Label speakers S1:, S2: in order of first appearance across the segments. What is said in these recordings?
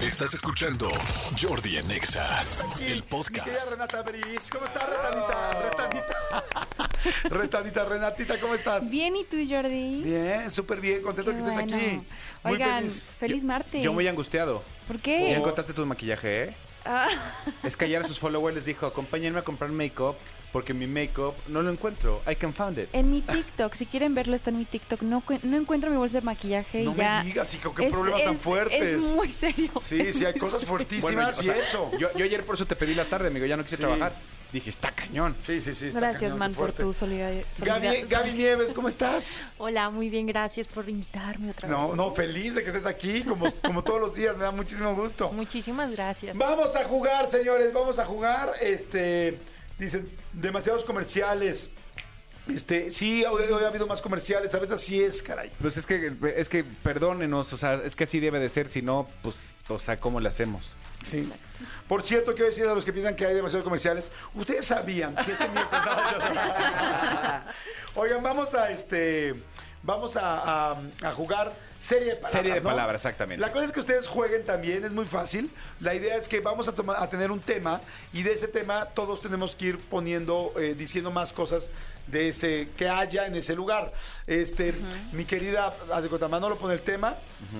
S1: Estás escuchando Jordi en Exa, el
S2: Mi querida
S1: podcast.
S2: Renata Briz, ¿cómo estás, Retanita? Retanita. Retanita, Renatita, ¿cómo estás?
S3: Bien, ¿y tú, Jordi?
S2: Bien, súper bien, contento
S3: Qué
S2: que estés
S3: bueno.
S2: aquí. Muy
S3: Oigan, feliz,
S2: feliz.
S3: martes.
S4: Yo muy angustiado.
S3: ¿Por
S4: Ya
S3: qué?
S4: encontraste tu maquillaje, ¿eh?
S3: Ah,
S4: Es que ayer a sus followers les dijo, acompáñenme a comprar make-up porque mi make-up no lo encuentro. I can find it.
S3: en mi TikTok, si quieren verlo, está en mi TikTok. No, cu- no encuentro mi bolsa de maquillaje
S2: No
S3: y ya.
S2: me digas, hijo, qué
S3: Es-
S2: problemas tan
S3: es-
S2: fuertes.
S3: Es muy serio.
S2: Sí, sí, hay cosas
S4: Bueno, o
S2: fuertísimas
S4: sea,
S2: y eso.
S4: Yo, yo ayer por eso te pedí la tarde, amigo. Ya no quise
S2: Sí.
S4: trabajar. Dije, está cañón.
S2: Sí, sí, sí. está
S3: Gracias,
S2: cañón,
S3: man,
S2: qué
S3: por
S2: fuerte.
S3: tu solidaridad.
S2: Gaby, Gaby Nieves, ¿cómo estás?
S3: Hola, muy bien, gracias por invitarme otra vez.
S2: No, no, feliz de que estés aquí, como, como todos los días, me da muchísimo gusto.
S3: Muchísimas gracias.
S2: Vamos a jugar, señores, vamos a jugar. Este, dicen, demasiados comerciales. Este, sí, hoy, hoy ha habido más comerciales, a veces así es, caray.
S4: Pues es que, es que perdónenos, o sea, es que así debe de ser, si no, pues, o sea, ¿cómo le hacemos?
S2: Sí. Por cierto, quiero decir a los que piensan que hay demasiados comerciales, ustedes sabían que este miércoles... Oigan, vamos a este. Vamos a, a- a jugar serie de palabras.
S4: Serie de
S2: ¿no?
S4: palabras, exactamente.
S2: La cosa es que ustedes jueguen también, es muy fácil. La idea es que vamos a, tomar, a tener un tema y de ese tema todos tenemos que ir poniendo, eh, diciendo más cosas de ese que haya en ese lugar. Este, mi querida, hace cuenta, Manolo pone el tema,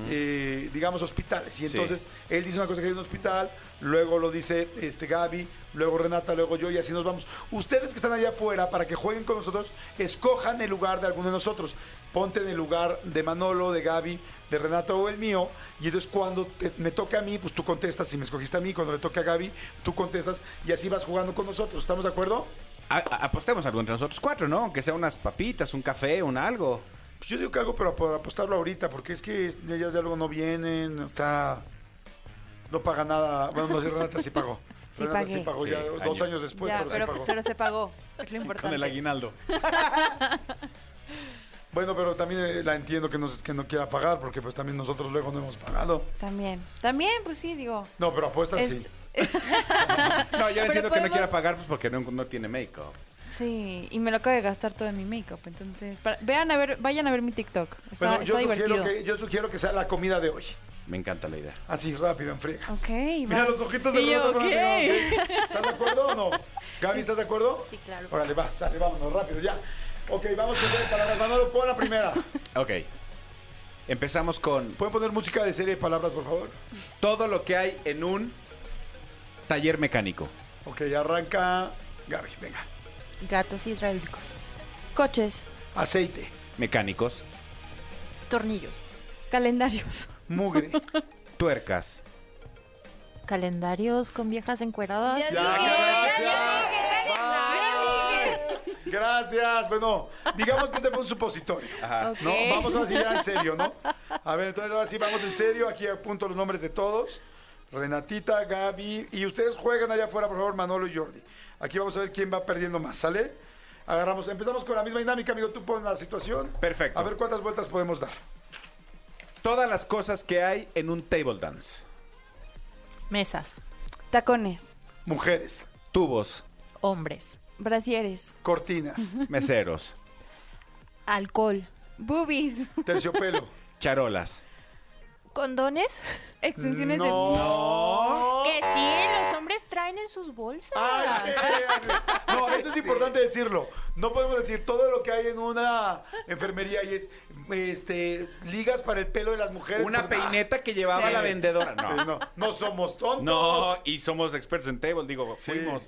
S2: eh, digamos hospitales. Y
S4: Sí.
S2: entonces él dice una cosa que hay en un hospital, luego lo dice este Gaby, luego Renata, luego yo y así nos vamos. Ustedes que están allá afuera, para que jueguen con nosotros, escojan el lugar de alguno de nosotros. Ponte en el lugar de Manolo, de Gaby, de Renata o el mío. Y entonces cuando te- me toque a mí, pues tú contestas. Si me escogiste a mí, cuando le toque a Gaby, tú contestas. Y así vas jugando con nosotros. ¿Estamos de acuerdo?
S4: A- a- apostemos algo entre nosotros cuatro, ¿no? Aunque sea unas papitas, un café, un algo.
S2: Pues yo digo que hago pero por apostarlo ahorita, porque es que es- ellas de algo no vienen, o sea, no paga nada. Bueno, no sé, Renata sí pagó.
S3: Sí
S2: Renata sí
S3: pagué.
S2: pagó ya
S4: Sí,
S2: dos
S4: año.
S2: años después,
S3: ya,
S2: pues, pero, sí
S3: pero,
S2: pagó.
S3: pero se pagó. Es lo importante.
S4: aguinaldo.
S2: Bueno, pero también eh, la entiendo que no, que no quiera pagar, porque pues también nosotros luego no hemos pagado.
S3: También. También, pues sí, digo.
S2: No, pero apuestas
S3: Es,
S2: Ah, sí.
S4: No, yo
S3: Pero
S4: entiendo que no
S3: podemos-
S4: quiera pagar pues porque no, no tiene make-up.
S3: Sí, y me lo acabo de gastar todo en mi make-up, entonces para- vean a ver, vayan a ver mi TikTok, está,
S2: Bueno, yo
S3: está divertido.
S2: sugiero, que, yo sugiero que sea la comida de hoy.
S4: Me encanta la idea.
S2: Así, rápido, en friega.
S3: Ok,
S2: Mira
S3: va.
S2: los ojitos de
S3: Y yo,
S2: Renata,
S3: ¿qué?
S2: Fernández, ¿no? ¿Estás de acuerdo o no? Gaby, ¿estás de acuerdo?
S3: Sí, claro.
S2: Órale, va, sale, vámonos, rápido, ya. Ok, vamos a hacer palabras. Manolo, pon la primera.
S4: Ok. Empezamos con
S2: ¿Pueden poner música de serie de palabras, por favor?
S4: todo lo que hay en un taller mecánico.
S2: Ok, arranca Gaby, venga.
S5: Gatos hidráulicos.
S3: Coches,
S2: Aceite,
S4: Mecánicos,
S5: Tornillos.
S3: calendarios,
S2: mugre.
S4: tuercas,
S5: Calendarios con viejas encueradas.
S3: Ya.
S2: Ya,
S3: dije,
S2: gracias. Bye. Gracias. Bueno, digamos que este fue un supositorio.
S4: Ajá.
S2: No, vamos ahora sí ya en serio, ¿no? A ver, entonces ahora sí vamos en serio. Aquí apunto los nombres de todos. Renatita, Gaby. Y ustedes juegan allá afuera, por favor, Manolo y Jordi. Aquí vamos a ver quién va perdiendo más, ¿sale? Agarramos, empezamos con la misma dinámica, amigo. Tú pon la situación.
S4: Perfecto.
S2: A ver cuántas vueltas podemos dar.
S4: todas las cosas que hay en un table dance.
S5: Mesas.
S3: tacones,
S2: Mujeres,
S4: Tubos,
S5: Hombres.
S3: brasieres,
S2: cortinas,
S4: meseros,
S5: Alcohol.
S3: boobies,
S2: terciopelo.
S4: charolas.
S6: ¿Condones?
S3: extensiones de
S2: No.
S6: Que sí, los hombres traen en sus bolsas.
S2: Ah, sí, sí, sí. No, eso es importante decirlo. No podemos decir todo lo que hay en una enfermería y es este ligas para el pelo de las mujeres.
S4: Una
S2: Pues, nah.
S4: peineta que llevaba
S2: Sí.
S4: la vendedora.
S2: Pues,
S4: No.
S2: no, no somos tontos.
S4: No, y somos expertos en table, digo,
S2: Sí.
S4: fuimos.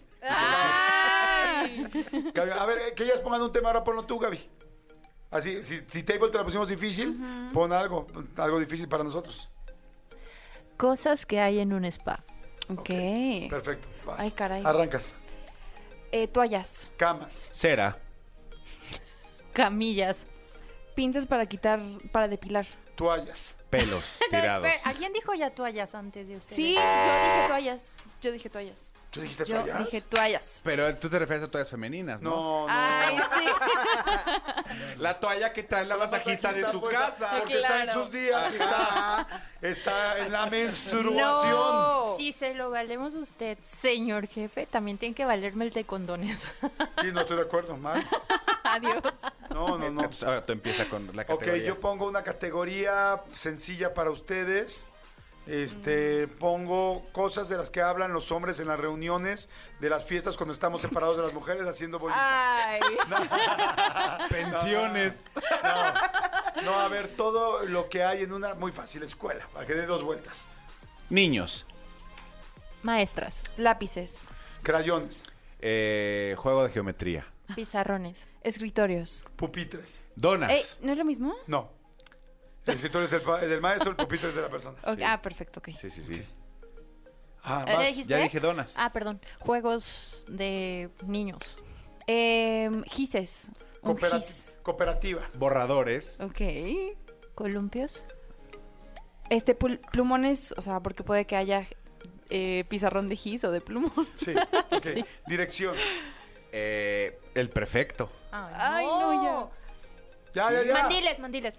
S2: Gaby, a ver, eh, que ellas pongan un tema, ahora ponlo tú, Gaby. Así, si, si table te la pusimos difícil, pon algo, algo difícil para nosotros.
S5: Cosas que hay en un spa.
S3: Ok.
S2: Perfecto. vas.
S3: Ay, caray.
S2: Arrancas.
S3: Eh, toallas,
S2: Camas.
S4: Cera,
S5: Camillas.
S3: pinzas para quitar, para depilar.
S2: Toallas.
S4: pelos
S6: No,
S4: tirados.
S6: espera, ¿Alguien dijo ya toallas antes de usted?
S3: Sí, yo dije toallas, yo dije toallas,
S2: ¿Tú dijiste
S3: yo
S2: toallas?
S3: dije toallas.
S4: Pero tú te refieres a toallas femeninas, ¿no?
S2: No, no.
S3: Ay, sí.
S4: La toalla que trae la masajista de su
S2: pues,
S4: casa.
S2: Porque está en
S3: Claro.
S2: sus días. Está, está en la menstruación.
S5: Si se lo valemos a usted, señor jefe, también tiene que valerme el de condones.
S2: Sí, no estoy de acuerdo, mal.
S5: Adiós.
S2: No, no, no.
S4: Pues, ahora tú empieza con la
S2: Ok,
S4: categoría.
S2: yo pongo una categoría sencilla para ustedes. Este,
S3: Mm.
S2: pongo cosas de las que hablan los hombres en las reuniones, de las fiestas cuando estamos separados de las mujeres haciendo
S3: Ah.
S2: bolita.
S5: Ay,
S4: Pensiones.
S2: No, a ver, todo lo que hay en una muy fácil escuela, para que dé dos vueltas.
S4: Niños.
S5: maestras,
S3: Lápices,
S2: Crayones,
S4: Eh, juego de geometría.
S5: pizarrones,
S3: escritorios.
S2: pupitres.
S4: Donas.
S3: Ey, Eh, ¿No es lo mismo?
S2: No. El escritorio es el, pa- el del maestro, el pupitre es de la persona.
S3: Ok,
S4: Sí.
S3: Ah, perfecto, ok.
S4: Sí, sí, sí.
S2: Ah,
S5: ¿Ya
S2: vas.
S5: dijiste?
S4: Ya dije donas.
S5: Ah, perdón, juegos de niños.
S3: Em, gises. Un
S2: Coopera-
S3: gis.
S2: cooperativa.
S4: Borradores.
S3: Ok.
S5: Columpios.
S3: Este, pul- plumones, o sea, porque puede que haya eh, pizarrón de gis o de plumón.
S2: Sí, ok. Dirección.
S4: Eh, el prefecto.
S5: Ay, no, ya.
S2: Ya, ya, ya.
S6: Mandiles, mandiles.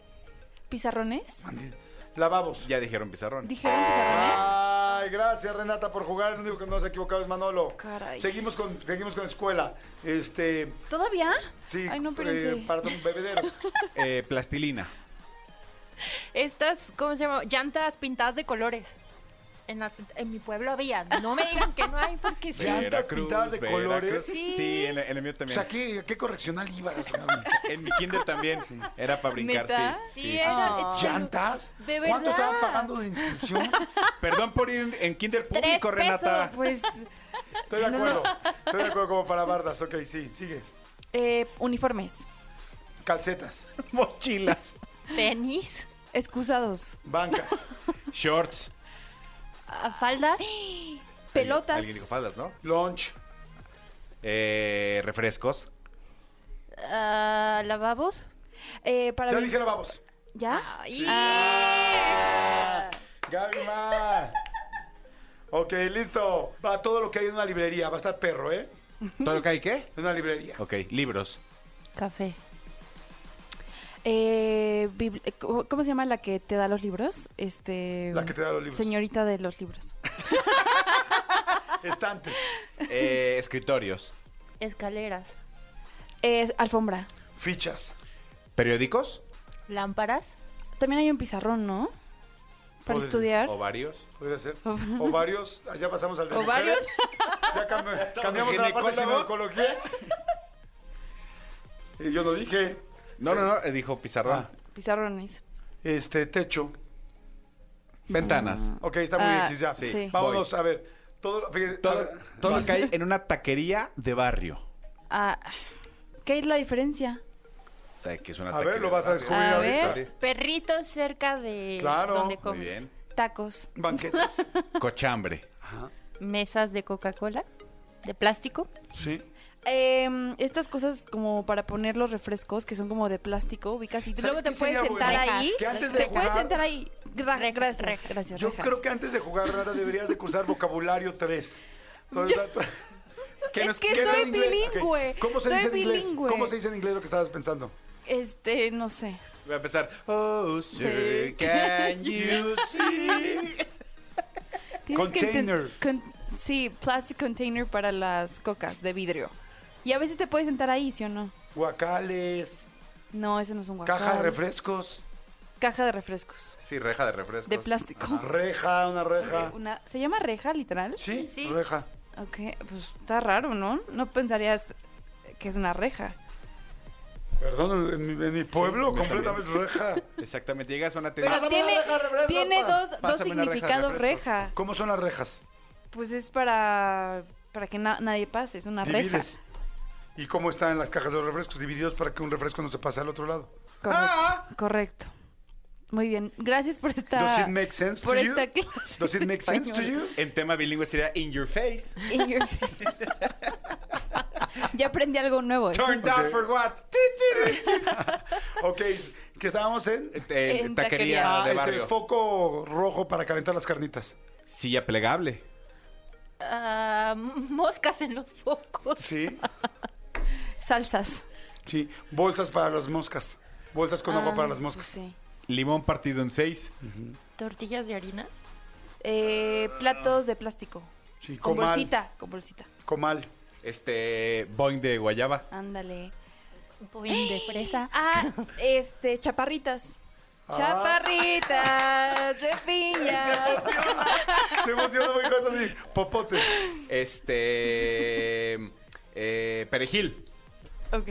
S3: ¿Pizarrones?
S2: Mandil. Lavabos.
S4: Ya dijeron pizarrón.
S3: ¿Dijeron pizarrones?
S2: Ay, gracias Renata por jugar. El único que no se ha equivocado es Manolo.
S3: Caray.
S2: Seguimos con, seguimos con escuela. Este,
S3: ¿Todavía?
S2: sí, eh,
S3: Ay, no, espérense.
S2: para tom- bebederos.
S4: Eh, plastilina.
S6: Estas, ¿cómo se llama? Llantas pintadas de colores. En, las- en mi pueblo había. No me digan que no hay porque sí.
S2: Llantas pintadas de colores.
S4: Sí,
S6: Sí.
S4: en, en el mío
S2: O
S4: también.
S2: sea, ¿qué, qué correccional ibas?
S4: En mi kinder también. Era para brincar,
S3: ¿Neta?
S4: sí.
S6: Sí, eh.
S4: sí, sí.
S6: era-
S2: ¿Llantas?
S6: De
S2: ¿Cuánto
S6: verdad.
S2: estaban pagando de inscripción?
S4: Perdón por ir en, en kinder público,
S2: Ah.
S4: Renata.
S3: Pues,
S2: Estoy de acuerdo. Estoy de acuerdo como para bardas. Ok, sí, sigue.
S3: eh, uniformes,
S2: Calcetas,
S4: Mochilas.
S6: Tenis.
S3: excusados,
S2: bancas,
S4: Shorts.
S6: ah, Faldas.
S3: pelotas.
S4: Alguien dijo faldas, ¿no?
S2: lunch,
S4: Eh, refrescos.
S6: ah, lavabos.
S3: eh, para
S2: Ya
S3: brin-
S2: dije lavabos.
S3: ¿Ya?
S6: Ay,
S2: Gaby Ma. Ok, listo. Va todo lo que hay en una librería. Va a estar perro, ¿eh?
S4: ¿Todo lo que hay qué?
S2: En una librería.
S4: Ok, libros.
S5: Café.
S3: Eh, bibli- eh, ¿Cómo cómo se llama la que te da los libros? Este,
S2: La que te da los libros.
S3: Señorita de los libros.
S2: Estantes.
S4: Eh, escritorios.
S6: Escaleras.
S3: Eh, alfombra.
S2: Fichas.
S4: ¿Periódicos?
S6: Lámparas.
S3: También hay un pizarrón, ¿no?
S2: Podría-
S3: Para
S2: Oh.
S3: estudiar.
S4: ¿O varios?
S2: Podría ser. O varios. Allá pasamos al de
S3: Ovarios.
S2: mujeres. Ya cambi- cambiamos
S4: en
S2: a la parte de
S4: ginecólogos.
S2: ginecología. Y yo lo dije.
S4: No, no, no, eh, dijo pizarrón.
S2: Ah.
S3: Pizarrones.
S2: Este, techo.
S4: Ventanas.
S2: Ok, está muy
S3: Ah,
S2: bien, ya.
S3: sí.
S2: Sí. Vámonos, a ver. Todo, fíjate, a
S4: Todo,
S2: ver,
S4: todo
S2: vas.
S4: lo que hay en una taquería de barrio.
S3: Ah, ¿Qué es la diferencia?
S4: Ay, que es una
S2: A
S4: taquería
S2: ver, lo
S4: de
S2: vas a
S4: barrio.
S2: descubrir
S3: A
S2: ahorita.
S3: ver.
S6: Perritos cerca de
S2: Claro. Muy
S6: donde
S4: Muy
S6: comes.
S4: bien.
S3: Tacos.
S2: Banquetas.
S4: Cochambre.
S2: Ajá.
S6: Mesas de Coca-Cola. De plástico.
S2: Sí.
S3: Em, estas cosas como para poner los refrescos que son como de plástico, ubicas y luego
S2: ¿Sabes
S3: te
S2: qué
S3: puedes
S2: sería
S3: sentar
S2: bueno?
S3: ahí.
S2: Que antes de
S3: Te puedes
S2: jugar-
S3: sentar ahí. Gra-
S6: Rejas,
S3: gracias,
S6: rejas.
S3: gracias.
S2: Yo
S3: rejas.
S2: creo que antes de jugar, Renata, deberías de cursar vocabulario 3. Entonces, ¿qué
S3: Es
S2: nos-
S3: que
S2: qué en
S3: soy
S2: inglés?
S3: bilingüe,
S2: Ok. ¿Cómo se
S3: soy
S2: dice en inglés?
S3: bilingüe.
S2: ¿Cómo se dice en inglés lo que estabas pensando?
S3: Este, no sé.
S4: Voy a empezar. Oh, sir,
S3: Sí.
S4: can you see?
S3: Tienes que enten-
S2: Container.
S3: con- sí, plastic container para las cocas de vidrio. Y a veces te puedes sentar ahí, ¿sí o no?
S2: Guacales,
S3: No, eso no es un guacal.
S2: caja de refrescos,
S3: Caja de refrescos.
S4: Sí, reja de refrescos.
S3: De plástico.
S2: reja, una reja.
S3: Una, ¿Se llama reja, literal?
S2: ¿Sí?
S6: Sí.
S2: reja.
S3: Ok, pues está raro, ¿no? No pensarías que es una reja.
S2: Perdón, en mi, en mi pueblo completamente reja.
S4: Exactamente, llegas a una
S3: Pero
S4: tienda.
S2: Pásame
S3: tiene,
S2: una reja, refresco,
S3: tiene
S2: pa.
S3: dos, dos
S4: Pásame una reja,
S3: significados
S4: refresco.
S3: reja,
S2: ¿Cómo son las rejas?
S3: Pues es para, para que na- nadie pase, es una reja.
S2: Divides. ¿Y cómo están las cajas de los refrescos? Divididos para que un refresco no se pase al otro lado.
S3: Correcto.
S2: Ah.
S3: Correcto. Muy bien. Gracias por esta.
S2: ¿Does it make sense
S3: por
S2: to you?
S3: esta clase.
S2: ¿Does it
S3: de
S2: make sense to
S3: español.
S2: you?
S4: En tema bilingüe sería in your face.
S3: In your face. ya aprendí algo nuevo. eso
S4: Turned
S3: es-
S4: out for what?
S2: Ok, que estábamos en...
S4: Eh,
S3: En
S4: taquería,
S3: taquería.
S2: Ah,
S4: de
S2: este,
S4: barrio.
S2: foco rojo para calentar las carnitas.
S4: Silla plegable.
S6: Ah, moscas en los focos.
S2: Sí.
S3: Salsas.
S2: Sí. Bolsas para las moscas. Bolsas con agua
S3: Ah,
S2: para las
S3: pues
S2: moscas.
S3: sí.
S4: Limón partido en seis.
S6: Tortillas de harina.
S3: Eh, platos de plástico.
S2: Sí,
S3: Con
S2: comal.
S3: bolsita. Con bolsita.
S2: Comal.
S4: Este, boing de guayaba.
S3: Ándale.
S6: Un poquín de fresa.
S3: Ah, este, chaparritas. Chaparritas de piña.
S2: Se emociona muy cosas así. Popotes.
S4: Este. eh, perejil.
S3: Ok.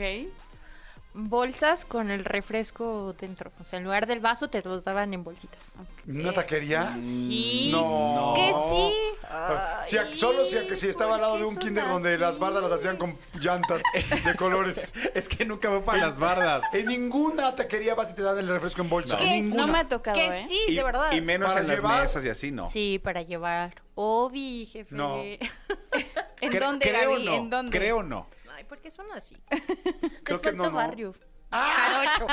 S6: Bolsas con el refresco dentro. O sea, en lugar del vaso te los daban en bolsitas.
S2: ¿Una taquería?
S6: Sí.
S2: Mm, No.
S6: Eh, Que sí.
S2: Si a- solo si, a que si estaba al lado de un kinder donde las bardas las hacían con llantas de colores.
S4: Es que nunca voy para las
S2: Ah.
S4: bardas.
S2: En ninguna taquería vas y te dan el refresco en bolsa.
S4: No.
S2: En
S6: ¿Qué?
S2: ninguna.
S3: No me ha tocado,
S6: Que
S3: ¿eh?
S6: sí,
S4: Y,
S6: de verdad.
S4: y menos
S2: Para
S4: en las
S2: llevar.
S4: mesas y así, no.
S6: Sí, para llevar. Obi, jefe.
S2: No.
S6: de-
S3: ¿En
S4: Cre-
S3: dónde,
S4: creo
S3: Gaby?
S4: no,
S3: ¿En dónde?
S4: Creo no.
S6: Ay, ¿por qué son así?
S2: Creo
S6: Les
S2: que
S6: falta
S2: no, no.
S6: barrio. Jarocho.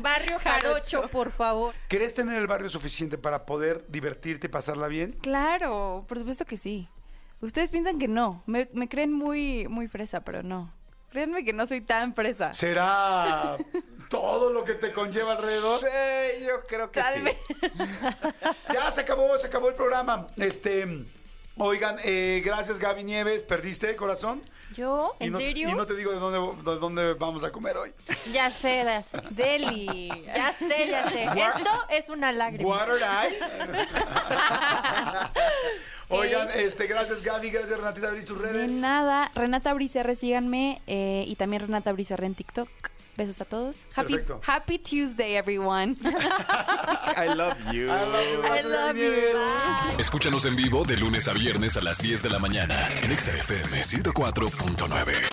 S6: Barrio jarocho, por favor.
S2: Ah. ¿Crees tener el barrio suficiente para poder divertirte y pasarla bien?
S3: Claro, por supuesto que sí. Ustedes piensan que no. Me, me creen muy, muy fresa, pero no. Créanme que no soy tan fresa.
S2: ¿Será todo lo que te conlleva alrededor?
S4: Sí, yo creo que
S3: Tal
S4: sí.
S3: vez.
S2: Ya se acabó, se acabó el programa. Este, oigan, eh, gracias Gaby Nieves, perdiste corazón.
S6: ¿Yo?
S2: Y
S6: ¿En
S2: no-
S6: serio?
S2: Y no te digo de dónde, de dónde vamos a comer hoy.
S6: Ya sé, ya sé.
S3: Deli.
S6: Ya sé, ya sé.
S2: Guar-
S6: Esto es una lágrima.
S2: Water Eye. Oigan, este, gracias Gaby, gracias Renatita, abrís tus
S3: De
S2: redes.
S3: nada. Renata Bricerre, síganme. eh, y también Renata Bricerre en TikTok. Besos a todos. Happy,
S2: Perfecto.
S3: happy Tuesday, everyone.
S4: I love
S2: I love
S4: you.
S2: you,
S3: I
S2: Gaby
S3: love you.
S2: Nieves.
S3: Bye.
S1: Escúchanos en vivo de lunes a viernes a las 10 de la mañana en Exa FM 104.9.